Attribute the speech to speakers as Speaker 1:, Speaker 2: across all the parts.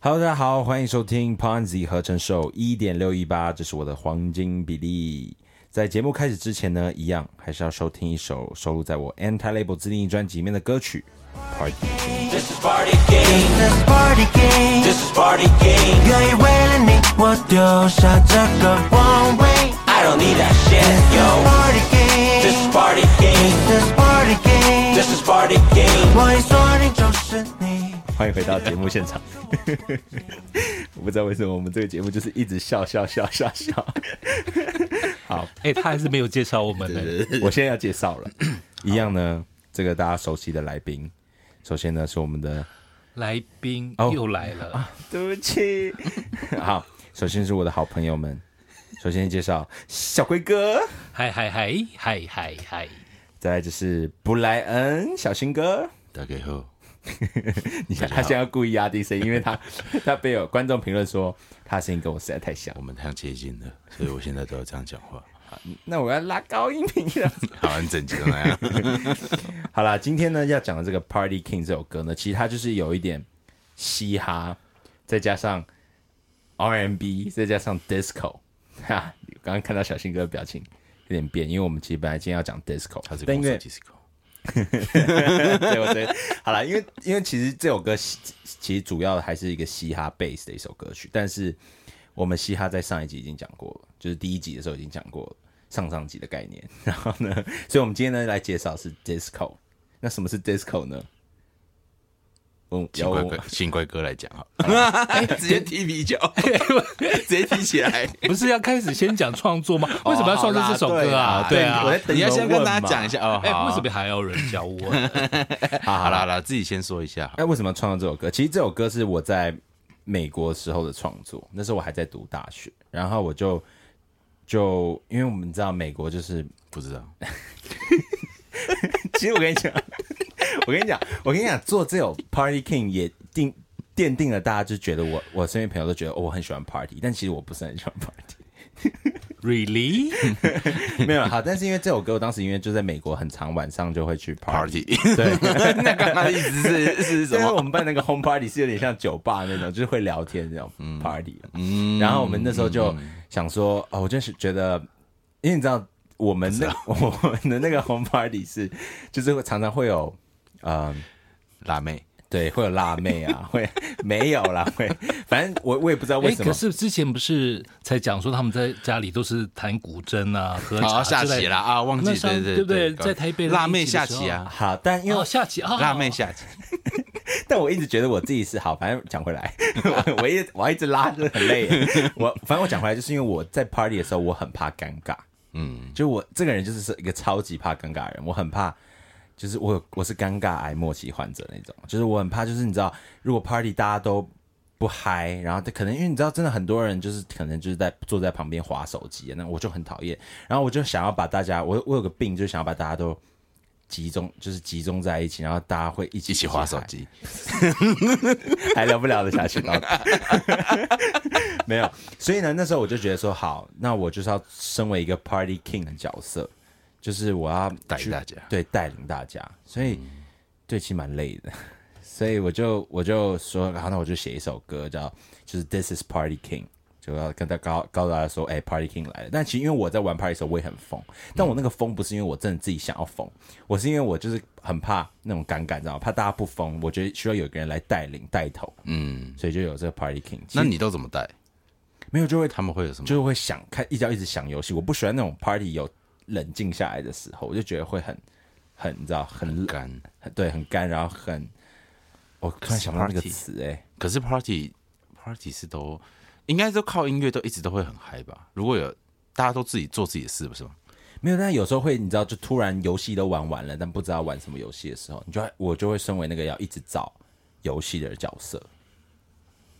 Speaker 1: Hello，大家好，欢迎收听 Ponzi 合成手一点六一八，这是我的黄金比例。在节目开始之前呢，一样还是要收听一首收录在我 Anti Label 自定义专辑里面的歌曲。
Speaker 2: This is party game.
Speaker 3: Let's party game，
Speaker 2: This is party game.
Speaker 3: 愿意为了你我丢下这个 one way。
Speaker 2: I don't need that shit, yo.
Speaker 3: Party
Speaker 2: This is
Speaker 3: game，Let's
Speaker 2: party game.
Speaker 3: party game，
Speaker 2: This is party game.
Speaker 3: 我一锁定就是你。
Speaker 1: 欢迎回到节目现场。 我不知道为什么我们这个节目就是一直笑笑笑笑笑。
Speaker 4: 哎、他还是没有介绍我们呢、
Speaker 1: 我现在要介绍了，一样呢，这个大家熟悉的来宾，首先呢是我们的
Speaker 4: 来宾
Speaker 1: 哦
Speaker 4: 又来 了，
Speaker 5: 啊
Speaker 1: 对不起。 好，首先是我的好朋友们，首先介绍小龟哥，
Speaker 4: 嗨嗨嗨嗨嗨嗨！
Speaker 1: 再来就是布莱恩小新哥。
Speaker 5: 大家好，
Speaker 1: 你看他现在要故意压低声音，因为他 他被有观众评论说他声音跟我实在太像
Speaker 5: 我，们太接近了，所以我现在都要这样讲话，
Speaker 1: 那我要拉高音频了。
Speaker 5: 好像整集都那样。
Speaker 1: 好啦，今天呢要讲的这个《Party King》这首歌呢，其实它就是有一点嘻哈，再加上 R&B，再加上 Disco。哈，刚刚看到小新哥的表情有点变，因为我们其实本来今天要讲 Disco，
Speaker 5: 他是
Speaker 1: 但因
Speaker 5: 公
Speaker 1: 为
Speaker 5: 司 disco，
Speaker 1: 对，我觉得好了，因为因为其实这首歌其其实主要还是一个嘻哈 base 的一首歌曲，但是我们嘻哈在上一集已经讲过了，就是第一集的时候已经讲过了上上集的概念。 然后呢，所以我们今天呢来介绍是 disco。那什么是 disco 呢？嗯，
Speaker 5: 新怪
Speaker 1: 有
Speaker 5: 哥，新怪哥来讲好了，直接踢 皮球，直接踢起来。
Speaker 4: 不是要开始先讲创作吗？ 为什么要创作这首歌
Speaker 5: 哦
Speaker 4: 啊？
Speaker 1: 对
Speaker 4: 对
Speaker 1: 啊
Speaker 4: 啊
Speaker 1: 我，在等
Speaker 5: 你要先跟
Speaker 1: 人问
Speaker 5: 大家
Speaker 1: 嘛
Speaker 5: 讲一下哦。
Speaker 4: 哎、
Speaker 5: 好
Speaker 4: 为什么还要有人教 我？
Speaker 5: 好好啦好啦，自己先说一下。好
Speaker 1: 哎、为什么要创作这首歌？其实这首歌是我在美国时候的创作，那时候我还在读大学，然后我就就因为我们知道美国就是
Speaker 5: 不知道，
Speaker 4: 哎
Speaker 1: 其实我跟你讲， 我跟你讲，我跟你讲，做这种 Party King 也定奠定了大家就觉得我我身边朋友都觉得、哦我很喜欢 Party，但其实我不是很喜欢 Party。
Speaker 4: Really？
Speaker 1: 没有好，但是因为这首歌，我当时因为就在美国，很常晚上就会去 Party。
Speaker 5: party
Speaker 1: 对，
Speaker 5: 那刚刚的意思是是什
Speaker 1: 因为我
Speaker 5: 么？
Speaker 1: 们办那个 home party 是有点像酒吧那种，就是会聊天那种 party。嗯，然后我们那时候就想说，哦，我真是觉得，因为你知道，我们那我们的那个 home party 是，就是会常常会有，嗯。
Speaker 5: 辣妹，
Speaker 1: 对，会有辣妹啊，会没有啦，会，反正我我也不知道
Speaker 4: 哎、
Speaker 1: 为什么
Speaker 4: 可。是之前不是才讲说他们在家里都是弹古筝啊、喝
Speaker 5: 好
Speaker 4: 茶
Speaker 5: 下
Speaker 4: 之类
Speaker 5: 棋
Speaker 4: 的
Speaker 5: 啦啊，忘
Speaker 4: 那
Speaker 5: 记
Speaker 4: 上
Speaker 5: 对
Speaker 4: 对
Speaker 5: 对
Speaker 4: 不对在台北的
Speaker 5: 辣
Speaker 4: 那一
Speaker 5: 妹
Speaker 4: 集的
Speaker 5: 下
Speaker 4: 时
Speaker 5: 棋啊，
Speaker 1: 好，但因为、
Speaker 4: 哦，下棋啊，
Speaker 5: 辣妹下棋，
Speaker 1: 但我一直觉得我自己是好，反正讲回来， 我我一我一直拉着很累。我反正我讲回来，就是因为我在 party 的时候，我很怕尴尬，嗯，就我这个人就是一个超级怕尴尬的人，我很怕，就是我有我是尴尬癌末期患者那种，就是我很怕，就是你知道，如果 party 大家都不嗨，然后可能因为你知道，真的很多人就是可能就是在坐在旁边划手机，那我就很讨厌，然后我就想要把大家，我我有个病，就想要把大家都。集中就是集中在一起，然后大家会一起
Speaker 5: 一起划手
Speaker 1: 嗨
Speaker 5: 机，
Speaker 1: 还聊不聊得下去到底？ 没有，所以呢，那时候我就觉得说，好，那我就是要身为一个 party king 的角色，就是我要
Speaker 5: 带
Speaker 1: 去
Speaker 5: 大家嗯
Speaker 1: 对，带领大家，所以、对其实蛮累的， 所以我就我就说，然后那我就写一首歌叫就是 This is Party King。就要跟他告告诉大家说，哎、p a r t y King 来了。但其实因为我在玩 Party 的时候，我也很疯，但我那个疯不是因为我真的自己想要疯，我是因为我就是很怕那种尴尬，你知道吗？怕大家不疯，我觉得需要有一个人来带领带头，
Speaker 5: 嗯，
Speaker 1: 所以就有这个 Party King 其实。
Speaker 5: 那你都怎么带？
Speaker 1: 没有就会
Speaker 5: 他们会有什么？
Speaker 1: 就会想看，一直要一直想游戏。我不喜欢那种 party 有冷静下来的时候，我就觉得会很很你知道很
Speaker 5: 干，
Speaker 1: 很对很干，然后很我突然想不到那个
Speaker 5: Party
Speaker 1: 词哎、
Speaker 5: 可是 party party 是都应该都靠音乐都一直都会很嗨吧？如果有大家都自己做自己的事，不是吗？
Speaker 1: 没有。但有时候会你知道，就突然游戏都玩完了，但不知道玩什么游戏的时候，你就会我就会身为那个要一直找游戏的角色。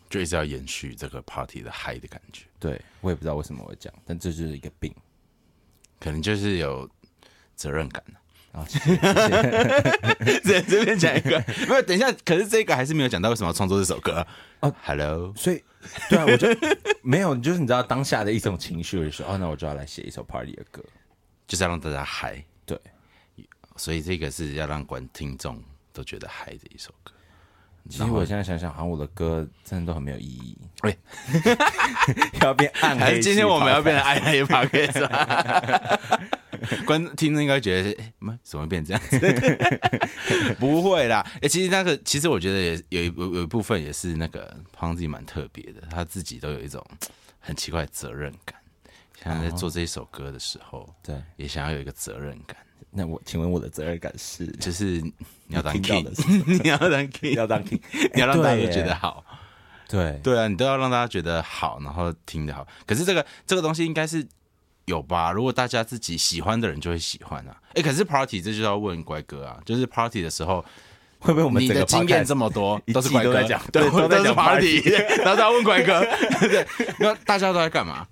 Speaker 5: 就一直要延续这个 party 的嗨的感觉，
Speaker 1: 对我也不知道为什么我会这样，但这就是一个病。
Speaker 5: 可能就是有责任感。
Speaker 1: 啊。谢谢谢谢
Speaker 5: 这这边讲一个，没有，等一下，可是这个还是没有讲到为什么要创作这首歌
Speaker 1: 哦
Speaker 5: 哦。Hello，
Speaker 1: 所以，对啊，我就没有，就是你知道当下的一种情绪，我就说，哦，那我就要来写一首 party 的歌。
Speaker 5: 就是要让大家嗨，
Speaker 1: 对，
Speaker 5: 所以这个是要让观听众都觉得嗨的一首歌。
Speaker 1: 其实我现在想想，好像我的歌真的都很没有意义。
Speaker 5: 喂，
Speaker 1: 要变暗
Speaker 5: 还
Speaker 1: 黑系
Speaker 5: 是哎今天我们要变
Speaker 1: 跑
Speaker 5: 成爱黑 p o d c a 观听众应该觉得，哎、妈怎么变这样 子？不会啦，哎、其实那个，其实我觉得也有一有一部分也是那个胖子蛮特别的，他自己都有一种很奇怪的责任感。像在做这一首歌的时候，
Speaker 1: 哦对，
Speaker 5: 也想要有一个责任感，
Speaker 1: 那我请问我的责任感是
Speaker 5: 就是你要当
Speaker 1: 你听到的
Speaker 5: king，
Speaker 1: 是
Speaker 5: 你要当 king，
Speaker 1: 要当 king，
Speaker 5: 你要让大家
Speaker 1: 哎
Speaker 5: 都
Speaker 1: 对
Speaker 5: 觉得
Speaker 1: 耶
Speaker 5: 好。
Speaker 1: 对
Speaker 5: 对啊，你都要让大家觉得好，然后听得好。可是这个这个东西应该是有吧？如果大家自己喜欢的人就会喜欢啊。哎，可是 party 这就要问乖哥啊，就是 party 的时候，
Speaker 1: 会不会我
Speaker 5: 我
Speaker 1: 们
Speaker 5: 你
Speaker 1: 整
Speaker 5: 的
Speaker 1: 个
Speaker 5: 经验这
Speaker 1: podcast-
Speaker 5: 么 多
Speaker 1: 一，季
Speaker 5: 都是乖哥
Speaker 1: 都在讲
Speaker 5: 对，
Speaker 1: 对都在
Speaker 5: 都是
Speaker 1: 讲
Speaker 5: party，然后他问乖 哥，对，那大家都在干嘛？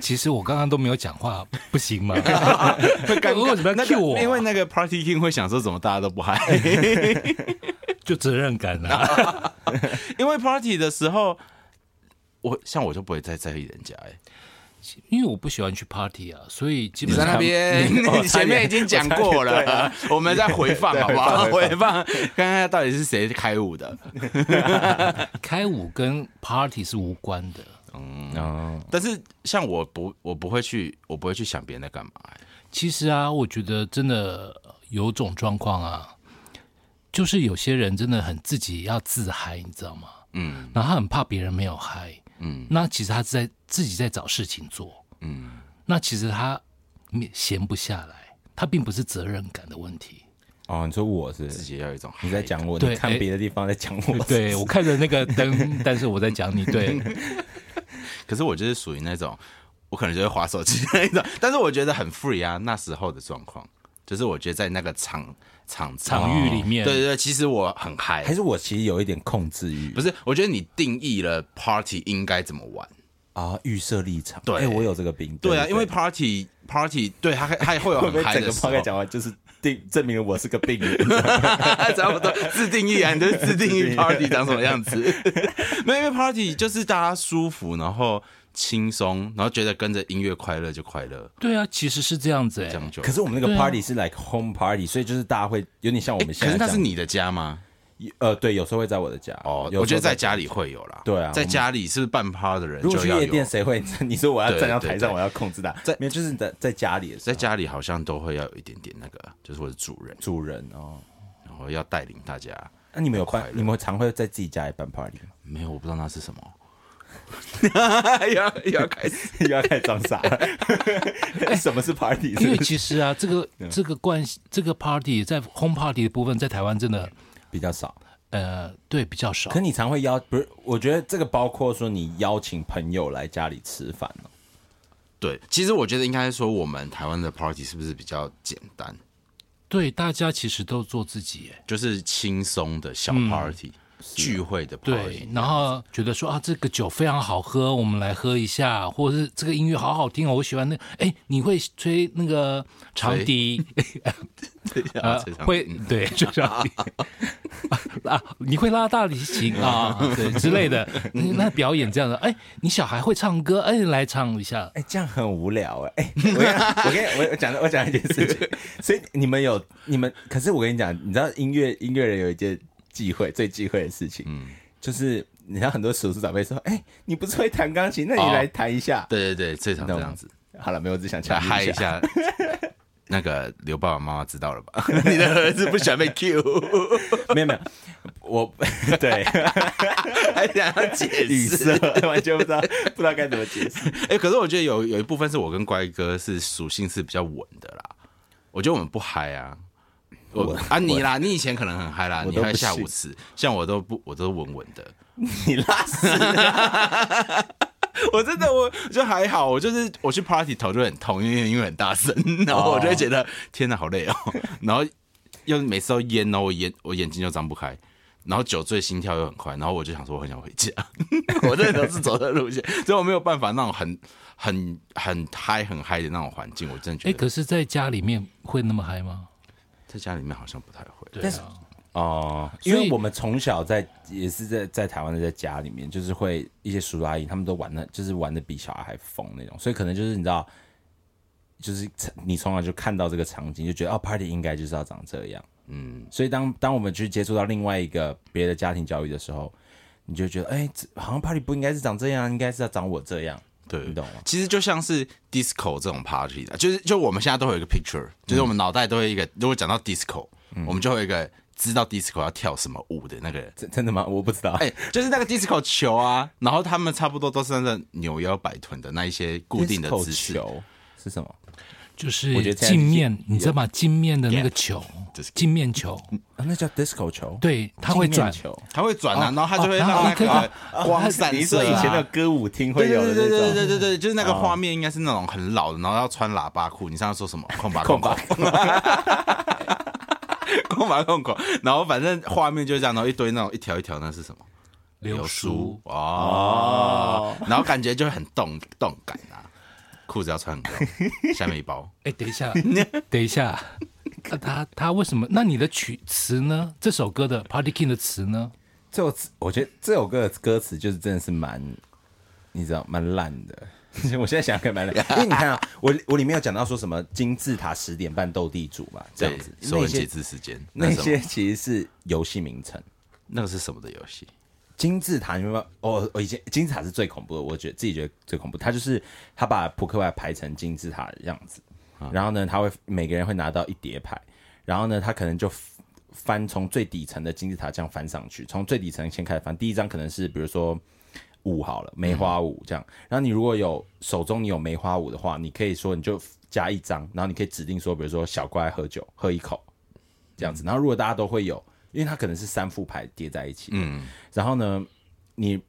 Speaker 4: 其实我刚刚都没有讲话，不行 吗？ 如果你们 Q 我，啊
Speaker 5: 因为那个 party king 会想说怎么大家都不嗨，
Speaker 4: 就责任感啊。
Speaker 5: 因为 party 的时候。我像我就不会再在意人家哎、
Speaker 4: 因为我不喜欢去 party 啊，所以基
Speaker 5: 你
Speaker 4: 本
Speaker 5: 在
Speaker 4: 上
Speaker 5: 那边， 你前面已经讲过了，我们再回放好不好？回放看看到底是谁开舞的。
Speaker 4: 开舞跟 party 是无关的。
Speaker 1: 哦，
Speaker 5: 但是像我不，我不会去，我不会去想别人在干嘛、
Speaker 4: 其实啊，我觉得真的有种状况啊，就是有些人真的很自己要自嗨，你知道吗？
Speaker 5: 嗯
Speaker 4: 然后他很怕别人没有嗨，
Speaker 5: 嗯
Speaker 4: 那其实他是在自己在找事情做，
Speaker 5: 嗯，
Speaker 4: 那其实他闲不下来，他并不是责任感的问题。
Speaker 1: 哦，你说我是
Speaker 5: 自己要有一种
Speaker 1: 你在讲我，
Speaker 4: 对
Speaker 1: 你看
Speaker 4: 哎
Speaker 1: 别的地方在讲我，
Speaker 4: 对我看着那个 灯，但是我在讲你，对，
Speaker 5: 可是我就是属于那种，我可能就会划手机 那一种，但是我觉得很 free 啊。那时候的状况，就是我觉得在那个场场哦
Speaker 4: 场域里面
Speaker 5: 对对对，其实我很嗨
Speaker 1: 还，是我其实有一点控制欲，
Speaker 5: 不是？我觉得你定义了 party 应该怎么玩。
Speaker 1: 啊，预设立场，
Speaker 5: 对
Speaker 1: 哎我有这个病，
Speaker 5: 对啊，因为 party party 对他他也会有
Speaker 1: 会不会
Speaker 5: 很嗨
Speaker 1: 整
Speaker 5: 的
Speaker 1: 个
Speaker 5: 时
Speaker 1: 抛
Speaker 5: 候
Speaker 1: 开，讲完就是定证明了我是个病 人？
Speaker 5: 啊差不多自定义啊，你就是自定义 party 长什么样子。 没有，因为 party 就是大家舒服，然后轻松，然后觉得跟着音乐快乐就快乐，
Speaker 4: 对啊，其实是这样子哎、
Speaker 5: 这样就。
Speaker 1: 可
Speaker 5: 是
Speaker 1: 是我们那个
Speaker 4: 对啊
Speaker 1: party 是 like home party，所以就是大家会有点像我们现
Speaker 5: 哎可
Speaker 1: 在这
Speaker 5: 是那
Speaker 1: 样，
Speaker 5: 是你的家吗？
Speaker 1: 呃，对，有时候会在我的家，
Speaker 5: 哦，
Speaker 1: 有时候
Speaker 5: 我觉得在家里会有啦。
Speaker 1: 对啊
Speaker 5: 在家里是不是办趴的人
Speaker 1: 如果
Speaker 5: 就
Speaker 1: 去
Speaker 5: 要
Speaker 1: 夜
Speaker 5: 有
Speaker 1: 店，，谁会？ 你说我要
Speaker 5: 对
Speaker 1: 站到
Speaker 5: 对
Speaker 1: 台
Speaker 5: 对
Speaker 1: 上，我要控制他，
Speaker 5: 在
Speaker 1: 没有，就是你在在家里的时
Speaker 5: 在
Speaker 1: 候，
Speaker 5: 家里好像都会要有一点点那个，就是我是主人，
Speaker 1: 主人哦。
Speaker 5: 然后要带领大家。
Speaker 1: 那你们有办
Speaker 5: 快？乐
Speaker 1: 你们常会在自己家里办 party 吗？
Speaker 5: 没有，我不知道那是什么。又要 又要开始，
Speaker 1: 又要开始装傻了？ 什么是 party？
Speaker 5: 哎
Speaker 4: 因
Speaker 1: 是
Speaker 4: 为
Speaker 1: 不是
Speaker 4: 其实啊，这个这个关系，这个 party 在 home party 的部分，在台湾真的
Speaker 1: 比较少。
Speaker 4: 呃，对比较少
Speaker 1: 可。你常会邀，不是？我觉得这个包括说你邀请朋友来家里吃饭哦。
Speaker 5: 对，其实我觉得应该说，我们台湾的 party 是不是比较简单，
Speaker 4: 对，大家其实都做自己哎、
Speaker 5: 就是轻松的小
Speaker 4: 嗯
Speaker 5: party、聚
Speaker 1: 啊
Speaker 5: 会的 party
Speaker 4: 对，。然后觉得说啊，这个酒非常好喝，我们来喝一下，或者是这个音乐好好听哦，我喜欢那哎，你会吹那个长笛，
Speaker 5: 啊
Speaker 4: 呃，会
Speaker 5: 嗯
Speaker 4: 对，吹长 笛啊，你会拉大提 琴啊，对之类的，嗯那表演这样的，哎，你小孩会唱歌，哎，来唱一下，
Speaker 1: 哎，这样很无聊哎、哎，我跟你讲我跟你我讲我讲一件事情， 所以你们有你们，可是我跟你讲，你知道音乐音乐人有一件忌讳，最忌讳的事情，就是你知道很多叔叔长辈说，哎、你不是会弹钢琴，那你
Speaker 5: 哦
Speaker 1: 来弹一下。
Speaker 5: 对对对，最常
Speaker 1: 你懂
Speaker 5: 这
Speaker 1: 吗
Speaker 5: 样子，
Speaker 1: 好了，没有，我只想
Speaker 5: 来
Speaker 1: 强
Speaker 5: 嗨
Speaker 1: 调
Speaker 5: 一。下。 那个刘爸爸妈妈知道了吧？你的儿子不喜 欢被 Q，
Speaker 1: 没有没有，我对
Speaker 5: 还想要解
Speaker 1: 语
Speaker 5: 释
Speaker 1: 塞。，完全不知道不知道该怎么解释。
Speaker 5: 哎、可是我觉得有有一部分是我跟乖哥是属性是比较稳的啦。我觉得我们不嗨啊，我
Speaker 1: 我
Speaker 5: 啊你啦，你以前可能很嗨啦，
Speaker 1: 我
Speaker 5: 你
Speaker 1: 都
Speaker 5: 嗨
Speaker 1: 不
Speaker 5: 下
Speaker 1: 信
Speaker 5: 五次，像我都不，我都稳稳的。
Speaker 1: 你拉屎，
Speaker 5: 我真的我就还好，我就是我去 party 头就很痛，因为因为很大声， 然后我
Speaker 1: 哦
Speaker 5: 就会觉得、天哪好累哦， 然后又每次都烟，然后我眼我眼睛又张不开，然后酒醉心跳又很快，然后我就想说我很想回家， 我那时候是走的路线， 所以我没有办法那种很很很嗨很嗨的那种环境，我真的觉
Speaker 4: 哎，
Speaker 5: 得
Speaker 4: 可是在家里面会那么嗨吗？
Speaker 5: 在家里面好像不太会，
Speaker 4: 对啊。
Speaker 1: 哦，因为我们从小在也是在在台湾的在家里面，就是会一些叔叔阿姨他们都玩的，就是玩的比小孩还疯那种，所以可能就是你知道，就是你从小就看到这个场景，就觉得哦，party 应该就是要长这样，嗯，所以当当我们去接触到另外一个别的家庭教育的时候，你就觉得，哎、这好像 party 不应该是长这样，应该是要长我这样，
Speaker 5: 对，
Speaker 1: 你懂吗？
Speaker 5: 其实就像是 disco 这种 party 的，就是就我们现在都会有一个 picture，就是我
Speaker 1: 嗯
Speaker 5: 们脑袋都会一个，如果讲到 disco，、我们就会有一个知道 disco 要跳什么舞的那个人。
Speaker 1: 真真的吗？我不知道。
Speaker 5: 哎、就是那个 disco 球啊，然后他们差不多都是那个扭腰摆臀的那一些固定的
Speaker 1: Disco
Speaker 5: 姿势。
Speaker 1: 球是什么？
Speaker 4: 就是
Speaker 1: 我觉得现在
Speaker 4: 镜面，你知道吗？镜面的那个球
Speaker 5: 这是，
Speaker 4: 镜面球，
Speaker 1: 啊、那叫 disco 球，
Speaker 4: 对，它会
Speaker 1: 镜面
Speaker 4: 转，
Speaker 1: 球。
Speaker 5: 他会转啊，然后他就会
Speaker 4: 哦
Speaker 5: 让
Speaker 4: 哦
Speaker 5: 那
Speaker 4: 可以
Speaker 5: 个
Speaker 4: 看
Speaker 5: 光闪
Speaker 1: 你说
Speaker 5: 射
Speaker 1: 以前
Speaker 5: 啊。
Speaker 1: 的歌舞厅会
Speaker 5: 对对
Speaker 1: 有的
Speaker 5: 对对对
Speaker 1: 那
Speaker 5: 对
Speaker 1: 种哦
Speaker 5: 对对，就是那个画面应该是那种很老的，然后要穿喇叭裤。你上次说什么？空吧
Speaker 1: 空
Speaker 5: 吧
Speaker 1: 吧，
Speaker 5: 空吧空空。然后反正画面就是这样，然后一堆那种一条一条，那是什么？
Speaker 4: 流苏，
Speaker 5: 哦，然后感觉就很动动感啊，裤子要穿 很高，下面一包。
Speaker 4: 哎，等一下，等一下，啊他他为什么？那你的曲词呢？这首歌的 Party King 的词呢？
Speaker 1: 这首词，我觉得这首歌的歌词就是真的是蛮，你知道蛮烂的。 我现在想想看蛮烂，因 为你看啊，我我里面有讲到说什么金字塔十点半斗地主嘛，这样子，
Speaker 5: 对所
Speaker 1: 那
Speaker 5: 人截
Speaker 1: 些
Speaker 5: 止时间。
Speaker 1: 那
Speaker 5: 是什么
Speaker 1: 些其实是游戏名称。
Speaker 5: 那个是什么的游戏？
Speaker 1: 金字塔，你们哦，我以前金字塔是最恐怖的，我觉得自己觉得最恐怖。它就是他把扑克牌排成金字塔的样子，然后呢，他会每个人会拿到一叠牌，然后呢，他可能就翻翻从最底层的金字塔这样翻上去，从最底层先开始翻。第一张可能是比如说五好了，梅花五这样。然后你如果有手中你有梅花五的话，你可以说你就加一张，然后你可以指定说，比如说小乖喝酒喝一口这样子。然后如果大家都会有，因为它可能是三副牌叠在一起，嗯，然后呢，你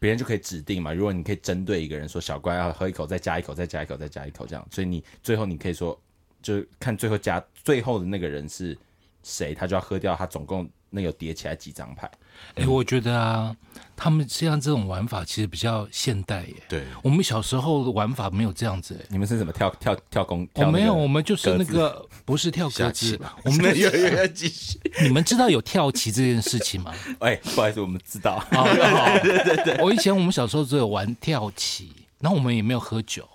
Speaker 1: 别人就可以指定嘛。如果你可以针对一个人说小乖要喝一口，再加一口，再加一口，再加一口这样，所以你最后你可以说，就是看最后加最后的那个人是谁，他就要喝掉他总共那有叠起来几张牌。
Speaker 4: 哎，我觉得啊，他们像这种玩法其实比较现代耶。
Speaker 5: 对
Speaker 4: 我们小时候的玩法没有这样子耶。
Speaker 1: 你们是怎么跳跳跳弓？
Speaker 4: 我
Speaker 1: 跳那
Speaker 4: 没有，
Speaker 1: 个
Speaker 4: 我们就是
Speaker 1: 格
Speaker 4: 那
Speaker 1: 子
Speaker 4: 个不是跳格
Speaker 5: 下棋
Speaker 4: 子
Speaker 5: 吧，
Speaker 4: 我们就
Speaker 5: 有
Speaker 4: 是
Speaker 5: 有要继续。
Speaker 4: 你们知道有跳棋这件事情吗？
Speaker 1: 哎、不好意思，我们知 道。
Speaker 4: 哦，对对对，我以前我们小时候只有玩跳棋，然后我们也没有喝酒。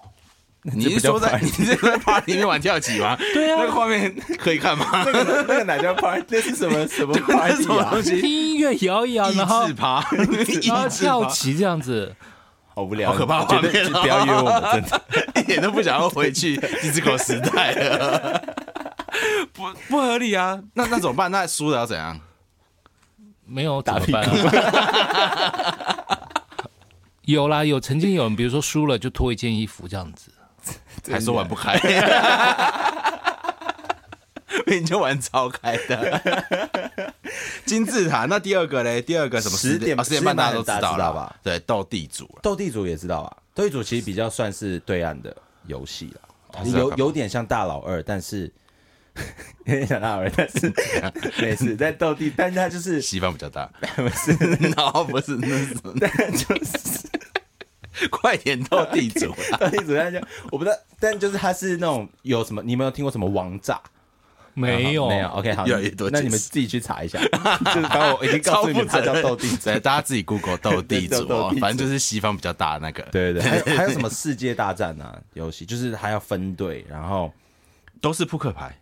Speaker 5: 你是说在你是在 party 里面玩跳棋吗？对啊，那个画面可以看吗？
Speaker 1: 那个那个哪叫 party？那是什么什 么
Speaker 5: 那是
Speaker 1: party
Speaker 5: 什么
Speaker 1: 啊
Speaker 5: 东？
Speaker 4: 听
Speaker 5: 西？
Speaker 4: 音乐摇一摇，然后
Speaker 5: 益智 趴，
Speaker 4: 然后
Speaker 5: 益智
Speaker 4: 跳
Speaker 5: 趴，
Speaker 4: 棋这样子。
Speaker 1: 好无聊，
Speaker 5: 好可怕
Speaker 1: 绝
Speaker 5: 画
Speaker 1: 对
Speaker 5: 面
Speaker 1: 就不要约我们， 真的。
Speaker 5: 一点都不想要回 去一只狗时代了。 不不合理啊！那那怎么办？那输了要怎样？
Speaker 4: 没有怎么办、啊？ 有啦，有曾经有人，比如说输了就脱一件衣服这样子。
Speaker 5: 还说玩不开， 你就玩超开的。 金字塔，那第二个嘞？第二个什么？
Speaker 1: 10点
Speaker 5: 哦10
Speaker 1: 10点
Speaker 5: 点半
Speaker 1: 半
Speaker 5: 大家都知
Speaker 1: 大家
Speaker 5: 道
Speaker 1: 知道
Speaker 5: 了
Speaker 1: 吧？
Speaker 5: 对，斗地主了。
Speaker 1: 斗地主也知道啊，斗地主其实比较算是对岸的游戏了。
Speaker 5: 是要干
Speaker 1: 有
Speaker 5: 嘛
Speaker 1: 有点像大老二，但是有点像大老二，但是没事，在斗地，但是他就是
Speaker 5: 西方比较大，不是，然后不是，那是什 么？就是 快点斗地主啦！
Speaker 1: 斗地主，他就我不知道，但就是他是那种有什么，你们有听过什么王炸？啊
Speaker 4: 啊没有，
Speaker 1: 没有。OK，好，
Speaker 5: 越来越多
Speaker 1: 那你
Speaker 5: 解
Speaker 1: 们
Speaker 5: 释
Speaker 1: 自己去查一下。 就是反正我已经告诉你们，他叫斗地主。
Speaker 5: 对，大家自己 Google 斗地主
Speaker 1: 对斗
Speaker 5: 哦
Speaker 1: 地，主
Speaker 5: 反正就是西方比较大的那个，
Speaker 1: 对对对，还有还有什么世界大战啊？游戏就是还要分队，然后
Speaker 5: 都是扑克牌。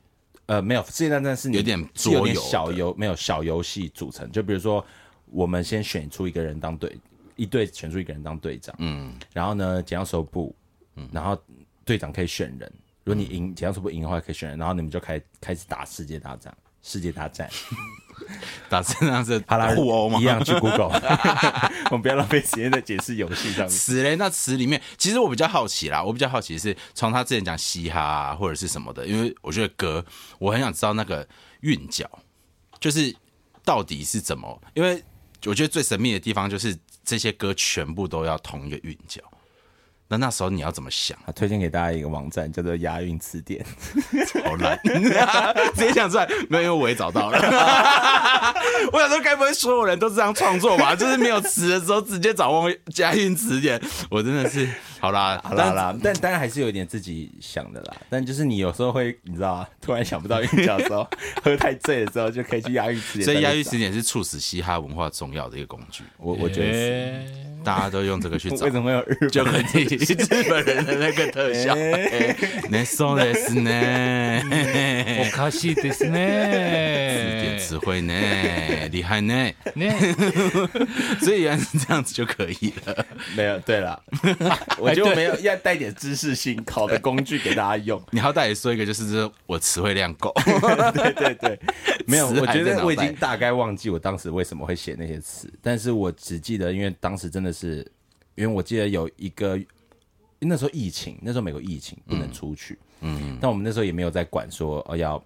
Speaker 1: 呃，没有，世界大战是你
Speaker 5: 有点
Speaker 1: 是有
Speaker 5: 桌
Speaker 1: 点
Speaker 5: 游
Speaker 1: 小
Speaker 5: 的
Speaker 1: 游，没有小游戏组成。就比如说，我们先选出一个人当队，一队选出一个人当队长，嗯，然后呢，剪刀手部，
Speaker 5: 嗯
Speaker 1: 然后队长可以选人。如果你赢，剪刀手部赢的话可以选人，然后你们就开开始打世界大战。世界大战，
Speaker 5: 打身上是
Speaker 1: 好啦，
Speaker 5: 互殴吗
Speaker 1: 一？样去 Google，我们不要浪费时间在解释游戏上面。
Speaker 5: 词嘞，那词里面，其实我比较好奇啦，我比较好奇是从他之前讲嘻哈啊，或者是什么的，因为我觉得歌，我很想知道那个韵脚，就是到底是怎么，因为我觉得最神秘的地方就是这些歌全部都要同一个韵脚，那那时候你要怎么想？
Speaker 1: 好推荐给大家一个网站，叫做押韵词典。
Speaker 5: 好烂， 直接讲出来，没有，因为我也找 到了。我想说，该不会所有人都这样创作吧？就是没有词的时候，直接找忘加韵词典，我真的是好啦，
Speaker 1: 好啦好啦，但当然还是有一点自己想的啦。但就是你有时候会，你知道吗？啊 突然想不到韵脚的时候，喝太醉的时候就可以去押韵词典。
Speaker 5: 所以押韵词典是促使嘻哈文化重要的一个工具。
Speaker 1: 我我觉得是。
Speaker 4: 诶
Speaker 5: 大家都用这个去找
Speaker 1: 哦为。什么会哎有日
Speaker 5: 就
Speaker 1: 本？
Speaker 5: 很日本人的那个特效，哎那送的是呢，
Speaker 4: 我卡西迪斯呢？
Speaker 5: 字 典词汇呢，厉害呢，
Speaker 4: 呢？
Speaker 5: 所以原来是这样子就可以了。
Speaker 1: 没有，对 了，我就没有要带点知识性考的工具给大家用。
Speaker 5: 你要带你说一个，就是这我词汇量够，
Speaker 1: 对对对，没有，
Speaker 5: 词
Speaker 1: 我
Speaker 5: 还
Speaker 1: 觉
Speaker 5: 在
Speaker 1: 得
Speaker 5: 脑
Speaker 1: 我已经
Speaker 5: 袋
Speaker 1: 大概忘记我当时为什么会写那些词，但是我只记得，因为当时真的是，因为我记得有一个那时候疫情，那时候美国疫情不能出去，嗯，但我们那时候也没有在管说哦要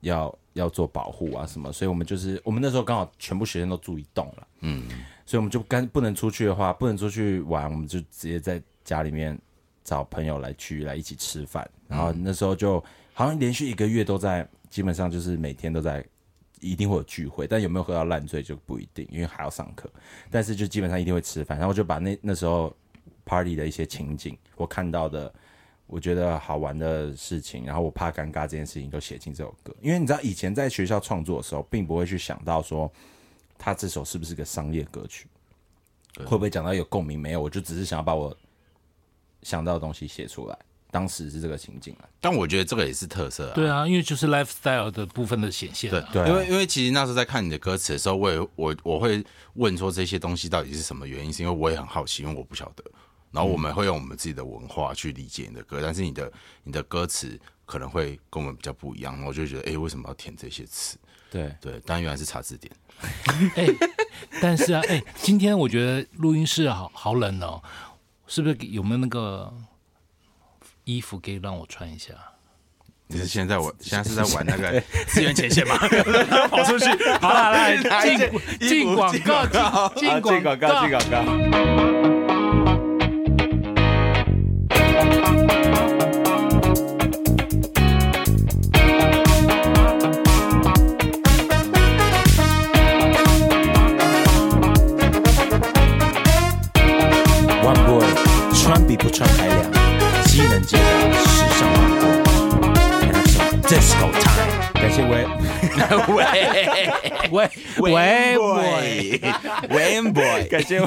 Speaker 1: 要要做保护啊什么，所以我们就是我们那时候刚好全部学生都住一栋了，嗯，所以我们就干不能出去的话，不能出去玩，我们就直接在家里面找朋友来聚来一起吃饭，然后那时候就好像连续一个月都在，基本上就是每天都在。一定会有聚会，但有没有喝到烂醉就不一定，因为还要上课。但是就基本上一定会吃饭，然后我就把那那时候 party 的一些情景，我看到的，我觉得好玩的事情，然后我怕尴尬这件事情都写进这首歌。因为你知道，以前在学校创作的时候，并不会去想到说，他这首是不是个商业歌曲，会不会讲到有共鸣？没有，我就只是想要把我想到的东西写出来。当时是这个情景啊，
Speaker 5: 但我觉得这个也是特色啊。
Speaker 4: 对啊，因为就是 lifestyle 的部分的显现啊。
Speaker 1: 对
Speaker 5: 对，
Speaker 1: 啊
Speaker 5: 因为因为其实那时候在看你的歌词的时候，我也我我会问说这些东西到底是什么原因，是因为我也很好奇，因为我不晓得。然后我们会用我们自己的文化去理解你的歌，但是你的你的歌词可能会跟我们比较不一样，然后我就觉得，哎、为什么要填这些词？
Speaker 1: 对，
Speaker 5: 对，但原来是查字典。
Speaker 4: 哎，但是啊，哎，今天我觉得录音室好好冷哦，是不是有没有那个衣服可以让我穿一下？
Speaker 5: 你是现在玩，现在是在玩那个资源前线吗？跑 出去，好
Speaker 4: 好啦来
Speaker 5: 拿一件
Speaker 4: 进
Speaker 5: 衣服
Speaker 4: 进广告，进
Speaker 1: 啊，
Speaker 4: 进
Speaker 1: 进
Speaker 4: 广
Speaker 1: 广
Speaker 4: 告
Speaker 1: 告，进广告。One boy，穿比不穿还凉，机能健达，时尚网红。Disco time，感谢 喂，
Speaker 4: 喂喂喂，
Speaker 5: 喂喂 boy，
Speaker 1: 感谢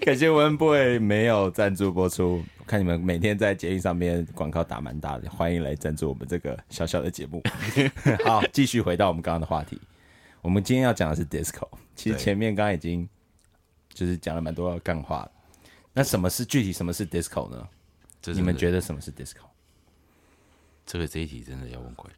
Speaker 1: 感谢 文 boy 没有赞助播出。我看你们每天在节目上面广告打蛮大的，欢迎来赞助我们这个小小的节 目。好，继续回到我们刚刚的话题。我们今天要讲的是 disco，其实
Speaker 5: 对
Speaker 1: 前面刚刚已经就是讲了蛮多干话的。那什么是具体什么是 disco 呢？你们觉
Speaker 5: 得
Speaker 1: 得什么是 disco？
Speaker 5: 这个这一题真的要问鬼？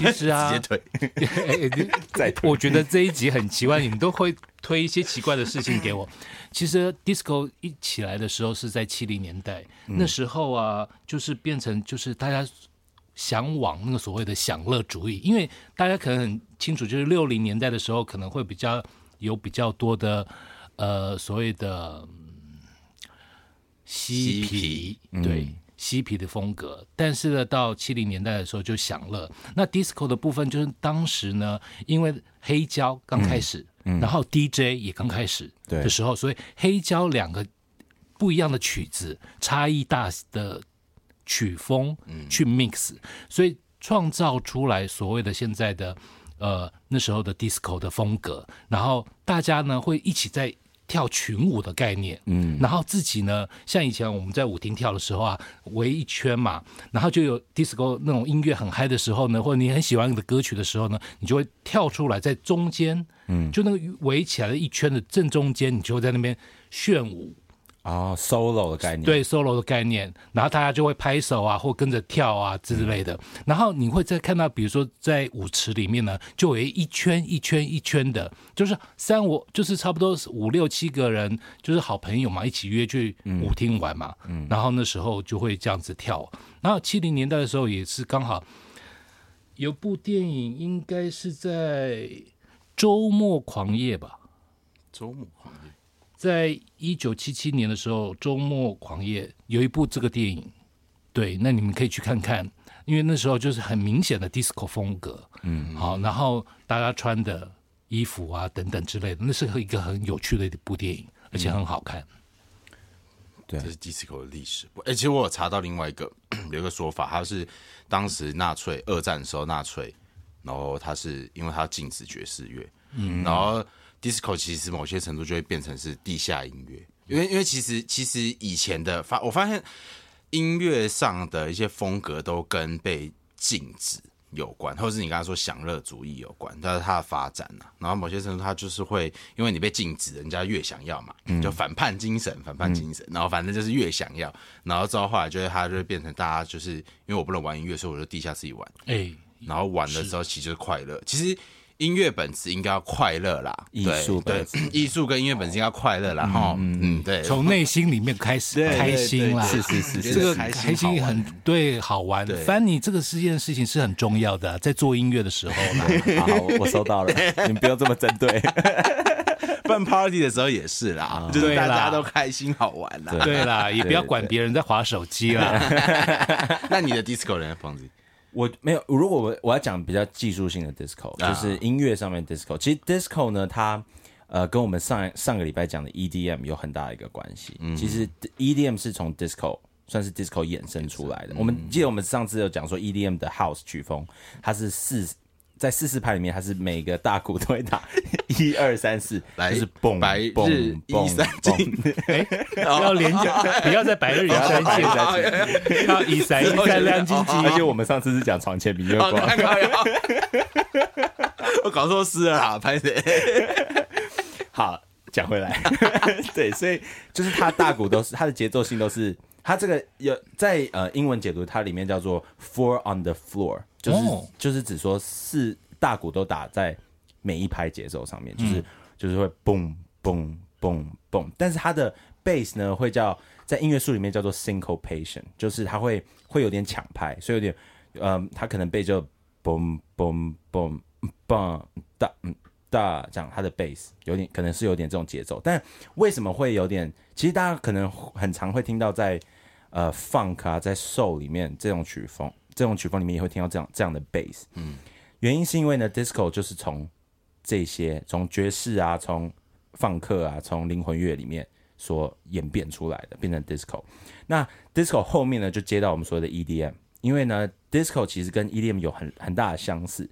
Speaker 4: 其实啊
Speaker 5: 直接，退。
Speaker 4: 哎你我觉得这一集很奇怪，你们都会推一些奇怪的事情给我。其实 disco 一起来的时候是在七零年代，那时候啊，就是变成就是大家向往那个所谓的享乐主义，因为大家可能很清楚，就是六零年代的时候可能会比较有比较多的呃所谓的嗯嬉
Speaker 5: 嬉
Speaker 4: 皮
Speaker 5: 皮，
Speaker 4: 对。嬉皮的风格，但是呢，到七零年代的时候就享乐。那 disco 的部分就是当时呢，因为黑胶刚开始，然后 DJ 也刚开始
Speaker 1: 对
Speaker 4: 的时候，所以黑胶两个不一样的曲子，差异大的曲风去 mix，、所以创造出来所谓的现在的呃那时候的 disco 的风格，然后大家呢会一起在跳群舞的概念，嗯，然后自己呢像以前我们在舞厅跳的时候啊，围一圈嘛，然后就有 disco 那种音乐很嗨的时候呢，或者你很喜欢的歌曲的时候呢，你就会跳出来在中间，嗯，就那个围起来的一圈的正中间，你就会在那边炫舞。
Speaker 1: 哦，solo 的概念，
Speaker 4: 对 solo 的概念，然后大家就会拍手啊，或跟着跳啊之类的。然后你会再看到，比如说在舞池里面呢，就有一圈一圈一圈的，就是三五，就是差不多五六七个人，就是好朋友嘛，一起约去舞厅玩嘛。
Speaker 1: 嗯
Speaker 4: 然后那时候就会这样子跳。然后七零年代的时候也是刚好有部电影，应该是在周末狂夜吧。
Speaker 5: 周末狂野
Speaker 4: 在一九七七年的时候，《周末狂夜》有一部这个电影，对，那你们可以去看看，因为那时候就是很明显的 disco 风格，嗯，好，然后大家穿的衣服啊等等之类的，那是一个很有趣的一部电影，而且很好看。
Speaker 5: 这是 disco 的历史。哎、其实我有查到另外一个 有一个说法，他是当时纳粹二战的时候纳粹，然后他是因为他禁止爵士乐，嗯，然后 disco 其实某些程度就会变成是地下音乐，因为因为其实其实以前的发我发现音乐上的一些风格都跟被禁止有关，或者是你刚才说享乐主义有关，但是它的发展啊，然后某些程度它就是会因为你被禁止，人家越想要嘛，就反叛精神，反叛精神，然后反正就是越想要，然后之后后来就是它就会变成大家就是因为我不能玩音乐，所以我就地下自己玩，
Speaker 4: 哎，
Speaker 5: 然后玩的时候其实就是快乐。其实音乐本质应该要快乐啦，
Speaker 1: 艺
Speaker 5: 对
Speaker 1: 术
Speaker 5: 对
Speaker 1: 本质，
Speaker 5: 艺术跟音乐本质应该要快乐啦，哈，嗯，对，
Speaker 4: 从内心里面开始
Speaker 5: 对
Speaker 4: 开心啦，
Speaker 5: 对对是是是
Speaker 4: 这
Speaker 5: 觉
Speaker 4: 个
Speaker 5: 得开心
Speaker 4: 开心
Speaker 5: 好玩
Speaker 4: 很对，好玩。
Speaker 5: 对
Speaker 4: 反正你这个是件事情是很重要的啊，在做音乐的时候啦。
Speaker 1: 好，好我收到 了，你们不用这么针对。
Speaker 5: 办 party 的时候也是啦，就是
Speaker 4: 对
Speaker 5: 大
Speaker 4: 啦
Speaker 5: 家都开心好玩啦。
Speaker 4: 对啦，也不要管别人在划手机啦。
Speaker 5: 那你的 disco 人房子，
Speaker 1: 我没有，如果我我要讲比较技术性的 disco，
Speaker 5: 啊
Speaker 1: 就是音乐上面的 disco。其实 disco 呢，它呃跟我们上上个礼拜讲的 EDM 有很大的一个关系。其实 EDM 是从 disco 算是 disco 衍生出来的。我嗯们记得我们上次有讲说 EDM 的 house 曲风，它是四在四四拍里面，它是每个大鼓都会打 一二三四，
Speaker 5: 来
Speaker 1: 就是蹦
Speaker 5: 白日
Speaker 1: 蹦蹦
Speaker 5: 依山尽
Speaker 1: 蹦，
Speaker 4: 哎，不要连讲，不要在百日元山线
Speaker 1: 哦
Speaker 4: 要 以闪一 闪亮晶晶。
Speaker 1: 而且我们上次是讲床前明月
Speaker 5: 哦，
Speaker 1: 光。
Speaker 5: 看看看，我搞错诗了啦，拍谁？
Speaker 1: 好，讲回来，对，所以就是它大鼓都是它的节奏性都是它这个有在呃英文解读，它里面叫做 four on the floor，就是、
Speaker 4: 哦
Speaker 1: 就是指说四大鼓都打在每一拍节奏上面，就是、就是会嘣嘣嘣嘣，但是它的 bass 呢会叫在音乐术里面叫做 syncopation，就是它会会有点抢拍，所以有点嗯，它可能被就嘣嘣嘣嘣哒嗯哒这样，它的 bass 有点可能是有点这种节奏，但为什么会有点？其实大家可能很常会听到在呃 funk 啊，在 soul 里面这种曲风，这种曲风里面也会听到这样这样的 bass。嗯，原因是因为呢，disco 就是从这些从爵士啊，从放克啊，从灵魂乐里面所演变出来的，变成 disco。那 disco 后面呢，就接到我们所谓的 EDM，因为呢，disco 其实跟 EDM 有很很大的相似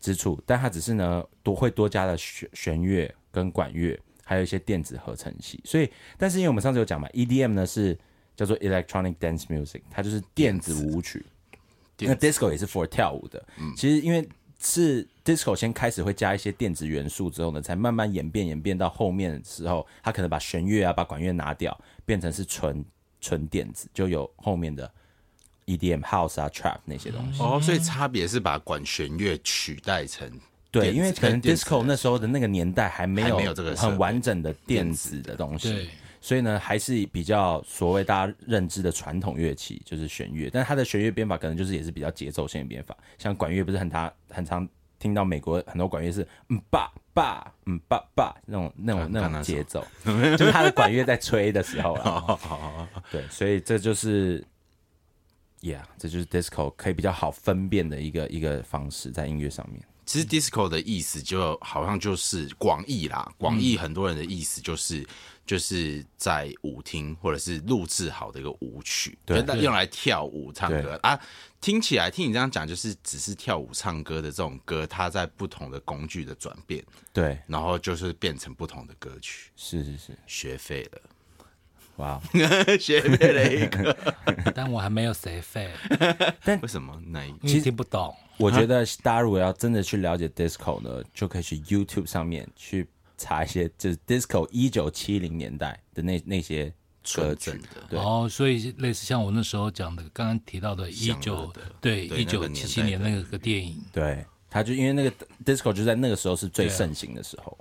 Speaker 1: 之处，但它只是呢多会多加了弦弦乐跟管乐，还有一些电子合成器。所以，但是因为我们上次有讲嘛，EDM 呢是叫做 electronic dance music，它就是电子舞曲。那 disco 也是 for 跳舞的。其实因为是 disco 先开始会加一些电子元素之后呢，才慢慢演变演变到后面的时候，它可能把弦乐啊、把管乐拿掉，变成是纯纯电子，就有后面的 EDM house 啊、trap 那些东西。
Speaker 5: 哦，所以差别是把管弦乐取代成
Speaker 1: 对，
Speaker 5: 电子
Speaker 1: 因为可能
Speaker 5: 跟电子
Speaker 1: disco 那时候的那个年代还没有
Speaker 5: 还没有这个设备
Speaker 1: 很完整的电子的东
Speaker 4: 对
Speaker 1: 西，所以呢，还是比较所谓大家认知的传统乐器，就是弦乐。但它的弦乐编法可能就是也是比较节奏性的编法，像管乐不是很常很常听到美国很多管乐是嗯吧吧嗯吧吧那种那种
Speaker 5: 刚
Speaker 1: 那
Speaker 5: 刚
Speaker 1: 种
Speaker 5: 那首
Speaker 1: 节 奏，就是它的管乐在吹的时候啊。
Speaker 5: 哦
Speaker 1: 对，所以这就是。Yeah，这就是 disco 可以比较好分辨的一个一个方式，在音乐上面。
Speaker 5: 其实 disco 的意思就好像就是广义啦，广义很多人的意思就是、就是在舞厅或者是录制好的一个舞曲，对，用来跳舞唱歌啊。听起来听你这样讲，就是只是跳舞唱歌的这种歌，它在不同的工具的转变，
Speaker 1: 对，
Speaker 5: 然后就是变成不同的歌曲。
Speaker 1: 是是是，
Speaker 5: 学废
Speaker 1: 哇、
Speaker 5: 了， 学废了一个，
Speaker 4: 但我还没有谁 费，
Speaker 5: 为什么？那一
Speaker 4: 因为听不懂。
Speaker 1: 我觉得大家如果要真的去了解 disco 呢，就可以去 YouTube 上面去查一些，就是 disco 一九七零年代的那那些歌
Speaker 5: 纯
Speaker 1: 曲
Speaker 5: 正。的，
Speaker 1: 对
Speaker 4: 然后，哦所以类似像我那时候讲的，刚刚提到的，一九对
Speaker 5: 对
Speaker 4: 一
Speaker 5: 那个
Speaker 4: 九
Speaker 5: 年
Speaker 4: 七
Speaker 5: 代
Speaker 4: 七年那个电影，
Speaker 1: 对，他就因为那个 disco 就在那个时候是最盛行的时候，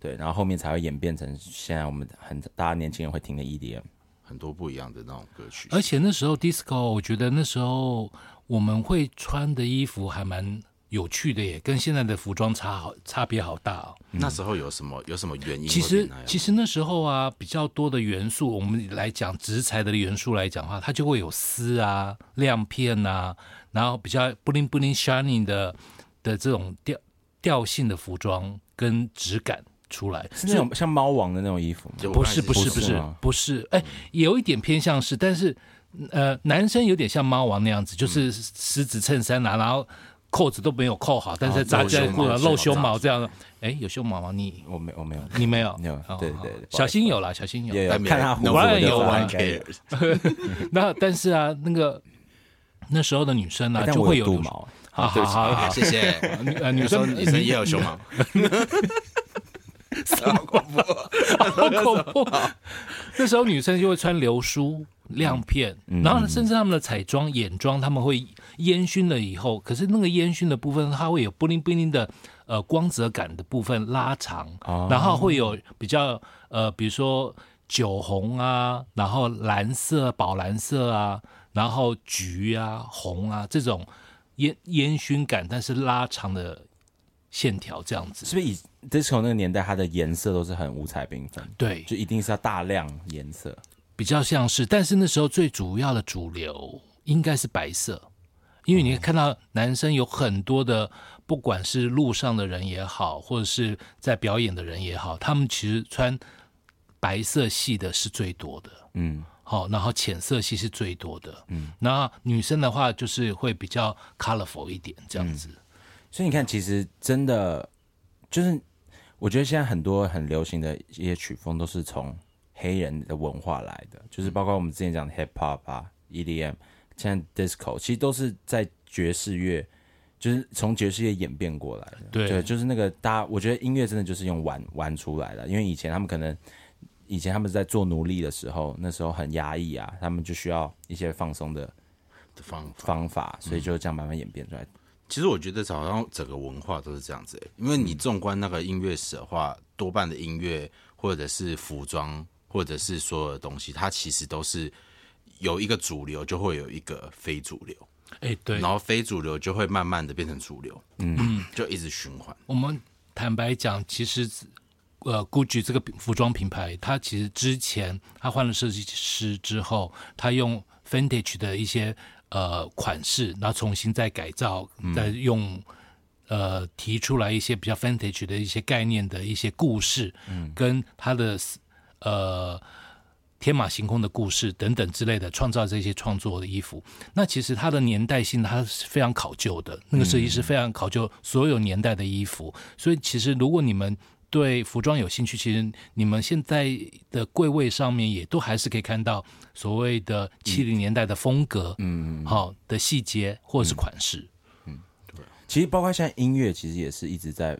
Speaker 1: 对，然后后面才会演变成现在我们很大家年轻人会听的 E EDM。
Speaker 5: 很多不一样的那种歌曲。
Speaker 4: 而且那时候 disco，我觉得那时候我们会穿的衣服还蛮有趣的耶，跟现在的服装差好差别好大哦。
Speaker 5: 那时候有什么有什么原因会
Speaker 4: 其
Speaker 5: 变
Speaker 4: 实
Speaker 5: 那样？
Speaker 4: 其实那时候啊，比较多的元素，我们来讲植材的元素来讲的话，它就会有丝啊、亮片啊，然后比较 bling bling shining 的的这种调调性的服装跟质感出来，
Speaker 1: 是那种像猫王的那种衣服吗？
Speaker 5: 就
Speaker 4: 不是
Speaker 5: 我
Speaker 4: 不
Speaker 5: 刚才
Speaker 4: 是不
Speaker 1: 是
Speaker 4: 是
Speaker 1: 吗
Speaker 4: 不是，哎、有一点偏向是，嗯但是呃，男生有点像猫王那样子，就是狮子衬衫啦、然后扣子都没有扣好，但是扎
Speaker 5: 露胸
Speaker 4: 在裤
Speaker 5: 毛
Speaker 4: 了啊露
Speaker 5: 是
Speaker 4: 胸
Speaker 5: 吧
Speaker 4: 毛这样的，哎，有胸毛吗？你
Speaker 1: 我没我没有，
Speaker 4: 你没有？
Speaker 1: 没有
Speaker 4: 哦
Speaker 1: 对
Speaker 4: 好
Speaker 1: 对对不好意思
Speaker 4: 小新有啦，小新有
Speaker 1: 也。有
Speaker 5: 但没
Speaker 1: 看他胡子
Speaker 5: no
Speaker 1: 我就
Speaker 5: one-
Speaker 1: 知道
Speaker 5: no
Speaker 1: 他
Speaker 5: one
Speaker 1: 应该有
Speaker 5: cares。
Speaker 4: 那但是啊，那个那时候的女生啊，
Speaker 1: 哎但
Speaker 4: 就
Speaker 1: 我
Speaker 4: 会
Speaker 1: 有
Speaker 4: 有
Speaker 1: 肚
Speaker 4: 流
Speaker 1: 毛，
Speaker 4: 好好好好，
Speaker 5: 谢 谢。
Speaker 4: 女呃女
Speaker 5: 有时候
Speaker 4: 生
Speaker 5: 女生也有胸毛，
Speaker 4: 好恐怖。啊那时候女生就会穿流苏、亮片，然后甚至她们的彩妆、眼妆，她们会烟熏了以后，可是那个烟熏的部分，它会有布灵布灵的呃光泽感的部分拉长，然后会有比较呃，比如说酒红啊，然后蓝色、宝蓝色啊，然后橘啊、红啊这种烟烟熏感，但是拉长的线条这样子。
Speaker 1: 是不是以 disco 那个年代，它的颜色都是很五彩缤纷，
Speaker 4: 对，
Speaker 1: 就一定是要大量颜色。
Speaker 4: 比较像是，但是那时候最主要的主流应该是白色，因为你看到男生有很多的，不管是路上的人也好，或者是在表演的人也好，他们其实穿白色系的是最多的，
Speaker 1: 嗯，
Speaker 4: 好、然后浅色系是最多的，嗯，那女生的话就是会比较 colorful 一点这样子，
Speaker 1: 所以你看，其实真的就是，我觉得现在很多很流行的一些曲风都是从黑人的文化来的，就是包括我们之前讲的 hip hop 啊、EDM，现在 disco，其实都是在爵士乐，就是从爵士乐演变过来的。
Speaker 4: 对
Speaker 1: 就是那个大家，我觉得音乐真的就是用玩玩出来的，因为以前他们可能。以前他们在做奴隶的时候，那时候很压抑啊，他们就需要一些放松的
Speaker 5: 方法。
Speaker 1: 方法，所以就这样慢慢演变出来。
Speaker 5: 其实我觉得好像整个文化都是这样子、欸，因为你纵观那个音乐史的话，多半的音乐或者是服装或者是所有的东西，它其实都是有一个主流，就会有一个非主流，
Speaker 4: 哎、对
Speaker 5: 然，后非主流就会慢慢的变成主流，嗯，就一直循环。
Speaker 4: 我们坦白讲，其实呃，GUCCI 这个服装品牌，它其实之前它换了设计师之后，它用 vintage 的一些呃款式，然后重新再改造，再用。呃，提出来一些比较 vintage 的一些概念的一些故事，嗯，跟它的呃天马行空的故事等等之类的，创造这些创作的衣服。那其实它的年代性，它是非常考究的。那个设计师非常考究所有年代的衣服，所以其实如果你们对服装有兴趣，其实你们现在的柜位上面也都还是可以看到所谓的七零年代的风格，嗯，好、的细节或者是款式。
Speaker 1: 其实包括现在音乐，其实也是一直在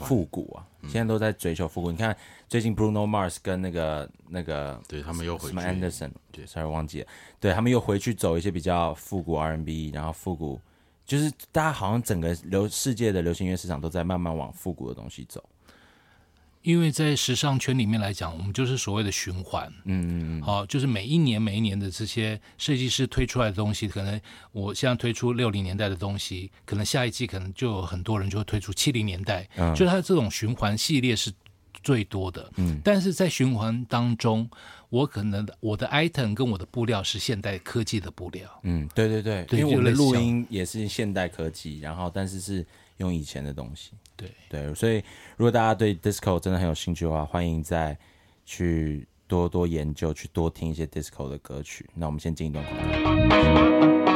Speaker 1: 复古啊，
Speaker 5: 嗯
Speaker 1: 现在都在追求复古。你看最近 Bruno Mars 跟那个那个
Speaker 5: 对他们又回
Speaker 1: 什
Speaker 5: 去
Speaker 1: 么 Anderson，
Speaker 5: 对
Speaker 1: ，sorry 忘记了，对他们又回去走一些比较复古 R&B，然后复古就是大家好像整个流世界的流行音乐市场都在慢慢往复古的东西走。
Speaker 4: 因为在时尚圈里面来讲，我们就是所谓的循环，嗯嗯嗯，好、就是每一年每一年的这些设计师推出来的东西，可能我现在推出六零年代的东西，可能下一季可能就有很多人就会推出七零年代，嗯，就是它这种循环系列是最多的，嗯，但是在循环当中，我可能我的 item 跟我的布料是现代科技的布料，
Speaker 1: 嗯，对对对，
Speaker 4: 对
Speaker 1: 因为我们的
Speaker 4: 就类似
Speaker 1: 录
Speaker 4: 像
Speaker 1: 音也是现代科技，然后但是是用以前的东西。
Speaker 4: 对
Speaker 1: 对，所以如果大家对 disco 真的很有兴趣的话，欢迎再去多多研究，去多听一些 disco 的歌曲。那我们先进一段广告。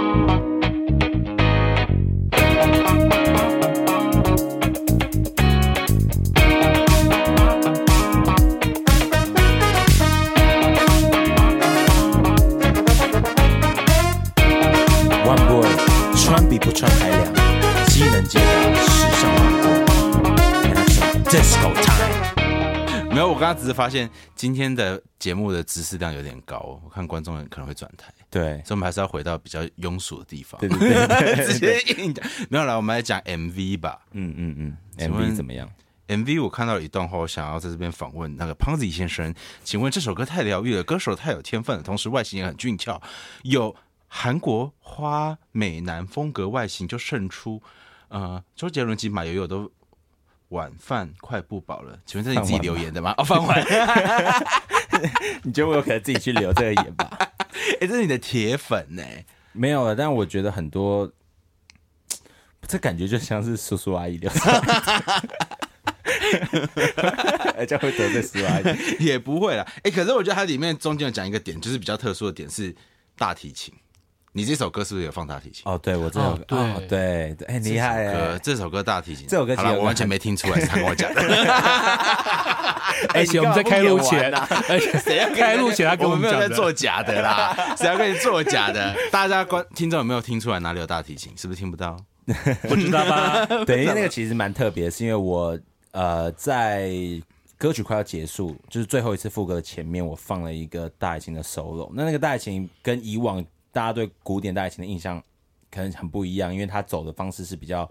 Speaker 1: One Boy，穿比不穿还凉，机能街道时尚王国，and it's disco time。
Speaker 5: 没有，我刚刚只是发现今天的节目的知识量有点高，我看观众可能会转台，
Speaker 1: 对，
Speaker 5: 所以我们还是要回到比较庸俗的地方。
Speaker 1: 对对对，
Speaker 5: 直接硬讲。没有啦，我们来讲 MV 吧。
Speaker 1: 嗯嗯嗯
Speaker 5: 请问
Speaker 1: ，MV 怎么样？
Speaker 5: MV 我看到一段话，我想要在这边访问那个胖子先生，请问这首歌太疗愈了，歌手太有天分了，同时外形也很俊俏，有韩国花美男风格外形就胜出。呃，周杰伦及马友友都晚饭快不饱了，请问这是你自己留言的吗？哦，饭碗，哎、
Speaker 1: 你觉得我有可能自己去留这个言吧？
Speaker 5: 哎这是你的铁粉哎呢、
Speaker 1: 没有了，但我觉得很多，这感觉就像是叔叔阿姨留的， 这样会得罪叔叔阿姨。
Speaker 5: 也不会啦。哎、可是我觉得它里面中间有讲一个点，就是比较特殊的点是大提琴。你这首歌是不是有放大提琴？
Speaker 1: 哦，对我真的有
Speaker 4: 哦对
Speaker 1: 哦对对，哎，厉害
Speaker 5: 呃，
Speaker 1: 哎，
Speaker 5: 这首歌大提琴，
Speaker 1: 这首歌其
Speaker 5: 好
Speaker 1: 实
Speaker 5: 了，
Speaker 1: 有
Speaker 5: 我完全没听出来是他跟我 讲的。
Speaker 4: 而且我们在开录前，
Speaker 1: 啊
Speaker 4: 而
Speaker 5: 谁要
Speaker 4: 且
Speaker 5: 跟
Speaker 4: 开录前他跟
Speaker 5: 我
Speaker 4: 我
Speaker 5: 们没
Speaker 4: 们讲
Speaker 5: 有在
Speaker 4: 的
Speaker 5: 做假的啦，谁要跟你做假的？大家观听众有没有听出来哪里有大提琴？是不是听不到？
Speaker 4: 不知道 吧？
Speaker 1: 对，因为那个其实蛮特别，是因为我呃在歌曲快要结束，就是最后一次副歌的前面，我放了一个大提琴的 solo。那那个大提琴跟以往大家对古典大提琴的印象可能很不一样，因为它走的方式是比较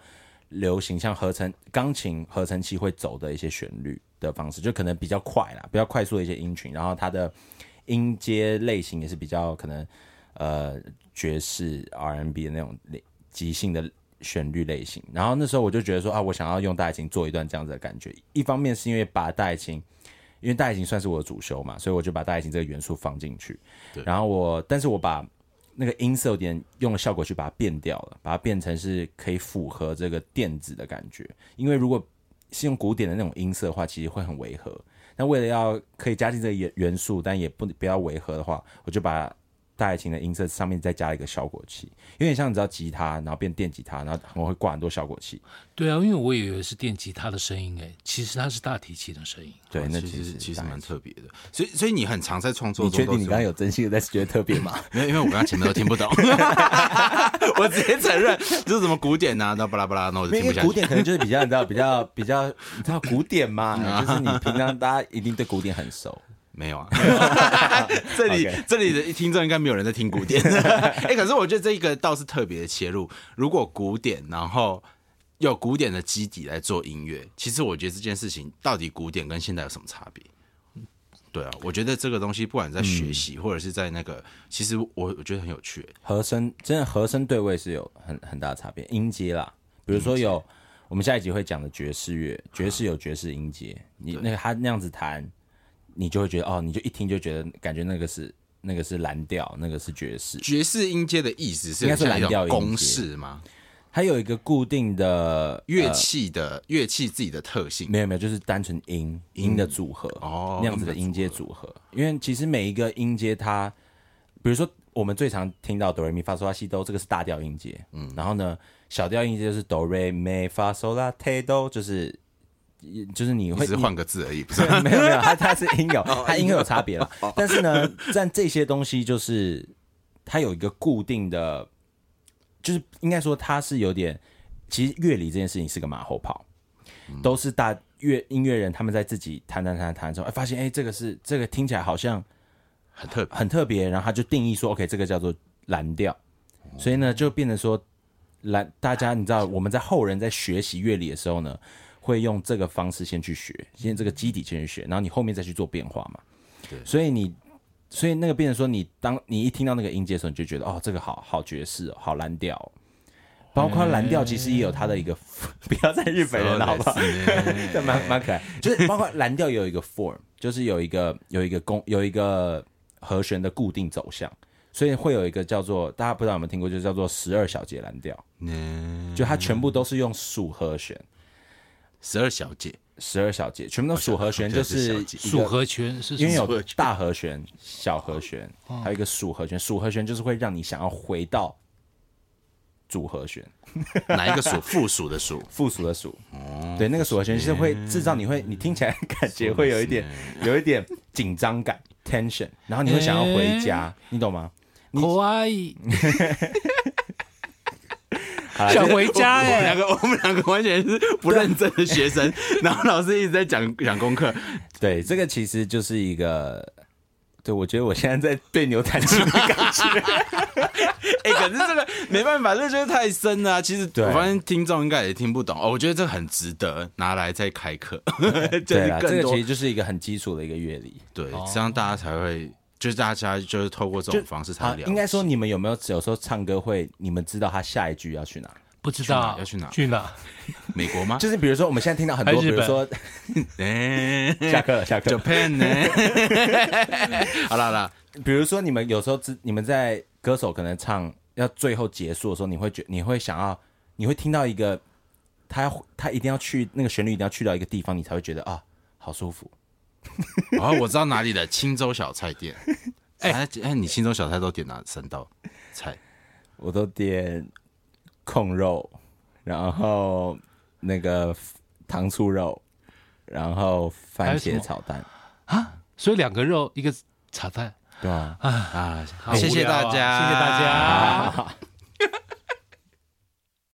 Speaker 1: 流行，像合成钢琴合成器会走的一些旋律的方式，就可能比较快啦，比较快速的一些音群，然后它的音阶类型也是比较可能呃爵士 R&B 的那种类即兴的旋律类型。然后那时候我就觉得说啊，我想要用大提琴做一段这样子的感觉。一方面是因为把大提琴，因为大提琴算是我的主修嘛，所以我就把大提琴这个元素放进去。然后我，但是我把那个音色有点用了效果去把它变掉了，把它变成是可以符合这个电子的感觉。因为如果是用古典的那种音色的话，其实会很违和。那为了要可以加进这个元元素，但也不不要违和的话，我就把大提琴的音色上面再加一个效果器，有点像你知道吉他，然后变电吉他，然后我会挂很多效果器。
Speaker 4: 对啊，因为我以为是电吉他的声音，哎，其实它是大提琴的声音。
Speaker 1: 对，那
Speaker 5: 哦
Speaker 1: 实
Speaker 5: 其实其实
Speaker 1: 大提
Speaker 5: 蛮
Speaker 1: 琴
Speaker 5: 特别的，所以所以你很常在创作
Speaker 1: 你
Speaker 5: 中
Speaker 1: 确
Speaker 5: 都
Speaker 1: 定你
Speaker 5: 是
Speaker 1: 刚刚有真心的在觉得特别 吗？
Speaker 5: 没有，因为我刚刚前面都 听不懂，我直接承认就是什么古典啊，那巴拉巴拉，那我就
Speaker 1: 因
Speaker 5: 听不
Speaker 1: 为
Speaker 5: 下去。
Speaker 1: 古典可能就是比较你知道比较比较你知道古典 嘛，
Speaker 5: 嗯
Speaker 1: 就是你平常大家一定对古典很熟。
Speaker 5: 没有啊， 这里
Speaker 1: OK
Speaker 5: 这里的听众应该没有人在听古典。 哎、可是我觉得这一个倒是特别的切入。如果古典，然后有古典的基底来做音乐，其实我觉得这件事情到底古典跟现代有什么差别？对啊，我觉得这个东西不管在学
Speaker 1: 嗯
Speaker 5: 习、或者是在那个，其实我我觉得很有趣、
Speaker 1: 和声真的和声对位是有很很大的差别，音阶啦，比如说有我们下一集会讲的爵士乐，爵士有爵士音阶，你那个他那样子弹，你就会觉得哦，你就一听就觉得感觉那个是那个是蓝调，那个是爵士，
Speaker 5: 爵士音阶的意思是
Speaker 1: 应该是
Speaker 5: 像一
Speaker 1: 蓝调
Speaker 5: 种
Speaker 1: 音阶
Speaker 5: 公式吗？
Speaker 1: 它有一个固定的
Speaker 5: 乐器的、乐器自己的特性
Speaker 1: 没有没有，就是单纯音音的组合
Speaker 5: 哦
Speaker 1: 那样子的嗯音阶组合。因为其实每一个音阶它，比如说我们最常听到哆来咪发嗦拉西哆，这个是大调音阶，嗯，然后呢，小调音阶就是哆来咪发嗦拉提哆，就是就是你会
Speaker 5: 只是换个字而已，不是？
Speaker 1: 对，没有没有，它它是音有，它音有差别了。但是呢，但这些东西就是它有一个固定的，就是应该说它是有点，其实乐理这件事情是个马后炮，都是大乐音乐人他们在自己弹弹弹弹的时候，哎，发现哎这个是这个听起来好像
Speaker 5: 很特别。
Speaker 1: 很特别，然后他就定义说，OK，这个叫做蓝调，所以呢，就变成说蓝。大家你知道，我们在后人在学习乐理的时候呢，会用这个方式先去学，先这个基底先去学，然后你后面再去做变化嘛。对，所以你，所以那个变成说，你当你一听到那个音阶的时候，你就觉得哦，这个好好爵士、哦，好蓝调、哦。包括蓝调其实也有它的一个， 不要在日本人了，好不好？这 蛮蛮可爱，就是包括蓝调也有一个 form，就是有一个有一个公有一个和弦的固定走向，所以会有一个叫做大家不知道有没有听过，就叫做十二小节蓝调，就它全部都是用数和弦，
Speaker 5: 十二小节，
Speaker 1: 十二小节全部都数和弦，
Speaker 5: 对
Speaker 1: 就是
Speaker 5: 小
Speaker 1: 是
Speaker 5: 节
Speaker 1: 一
Speaker 4: 组
Speaker 1: 个
Speaker 4: 合拳是
Speaker 1: 因为
Speaker 4: 什么
Speaker 1: 有大和弦、小和弦，还有一个属和弦，属和弦就是会让你想要回到主和弦。
Speaker 5: 哪一个数？附属的 属。
Speaker 1: 附属的属，对，那个属和弦是会制造你会，你听起来感觉会有一点，有一点紧张感 （tension），然后你会想要回家，你懂吗？
Speaker 4: 可 爱。
Speaker 1: 好啦
Speaker 4: 想
Speaker 1: 就是
Speaker 4: 回家
Speaker 5: 我们
Speaker 4: 哎、
Speaker 5: 两个，我们两个完全是不认真的学 生，然后老师一直在讲讲功课，
Speaker 1: 对，这个其实就是一个，对我觉得我现在在对牛弹 琴的感觉，
Speaker 5: 哎、可是这个没办法，这就是太深了啊、其实
Speaker 1: 对
Speaker 5: 我发现听众应该也听不懂哦，我觉得这很值得拿来再开 课，就是
Speaker 1: 对啦，这
Speaker 5: 更
Speaker 1: 个
Speaker 5: 多
Speaker 1: 其实就是一个很基础的一个乐理。
Speaker 5: 对，这样大家才会，就是大家就是透过这种方式才
Speaker 1: 啊
Speaker 5: 了解。
Speaker 1: 应该说你们有没有有时候唱歌会，你们知道他下一句要去哪？
Speaker 4: 哎不知道
Speaker 5: 去哪要
Speaker 4: 去哪？
Speaker 5: 美国吗？
Speaker 1: 就是比如说我们现在听到很
Speaker 4: 还
Speaker 1: 多，
Speaker 4: 是
Speaker 1: 比
Speaker 4: 日
Speaker 1: 如
Speaker 4: 本
Speaker 1: 说
Speaker 5: 哎，
Speaker 1: 下课了，下课了
Speaker 5: Japan 呢？ 好啦好啦，
Speaker 1: 比如说你们有时候知你们在歌手可能唱要最后结束的时候，你会觉你会想要，你会听到一个他要他一定要去那个旋律一定要去到一个地方，你才会觉得啊好舒服。
Speaker 5: 哦，我知道哪里了，青州小菜店。哎哎，你青州小菜都点哪三道菜？
Speaker 1: 我都点控肉，然后那个糖醋肉，然后番
Speaker 4: 还有什
Speaker 1: 茄
Speaker 4: 么
Speaker 1: 炒蛋，
Speaker 4: 所以两个肉一个茶蛋，
Speaker 1: 对啊，
Speaker 5: 啊
Speaker 4: 好！
Speaker 5: 谢谢
Speaker 4: 无聊啊
Speaker 5: 大家，
Speaker 4: 谢谢大家。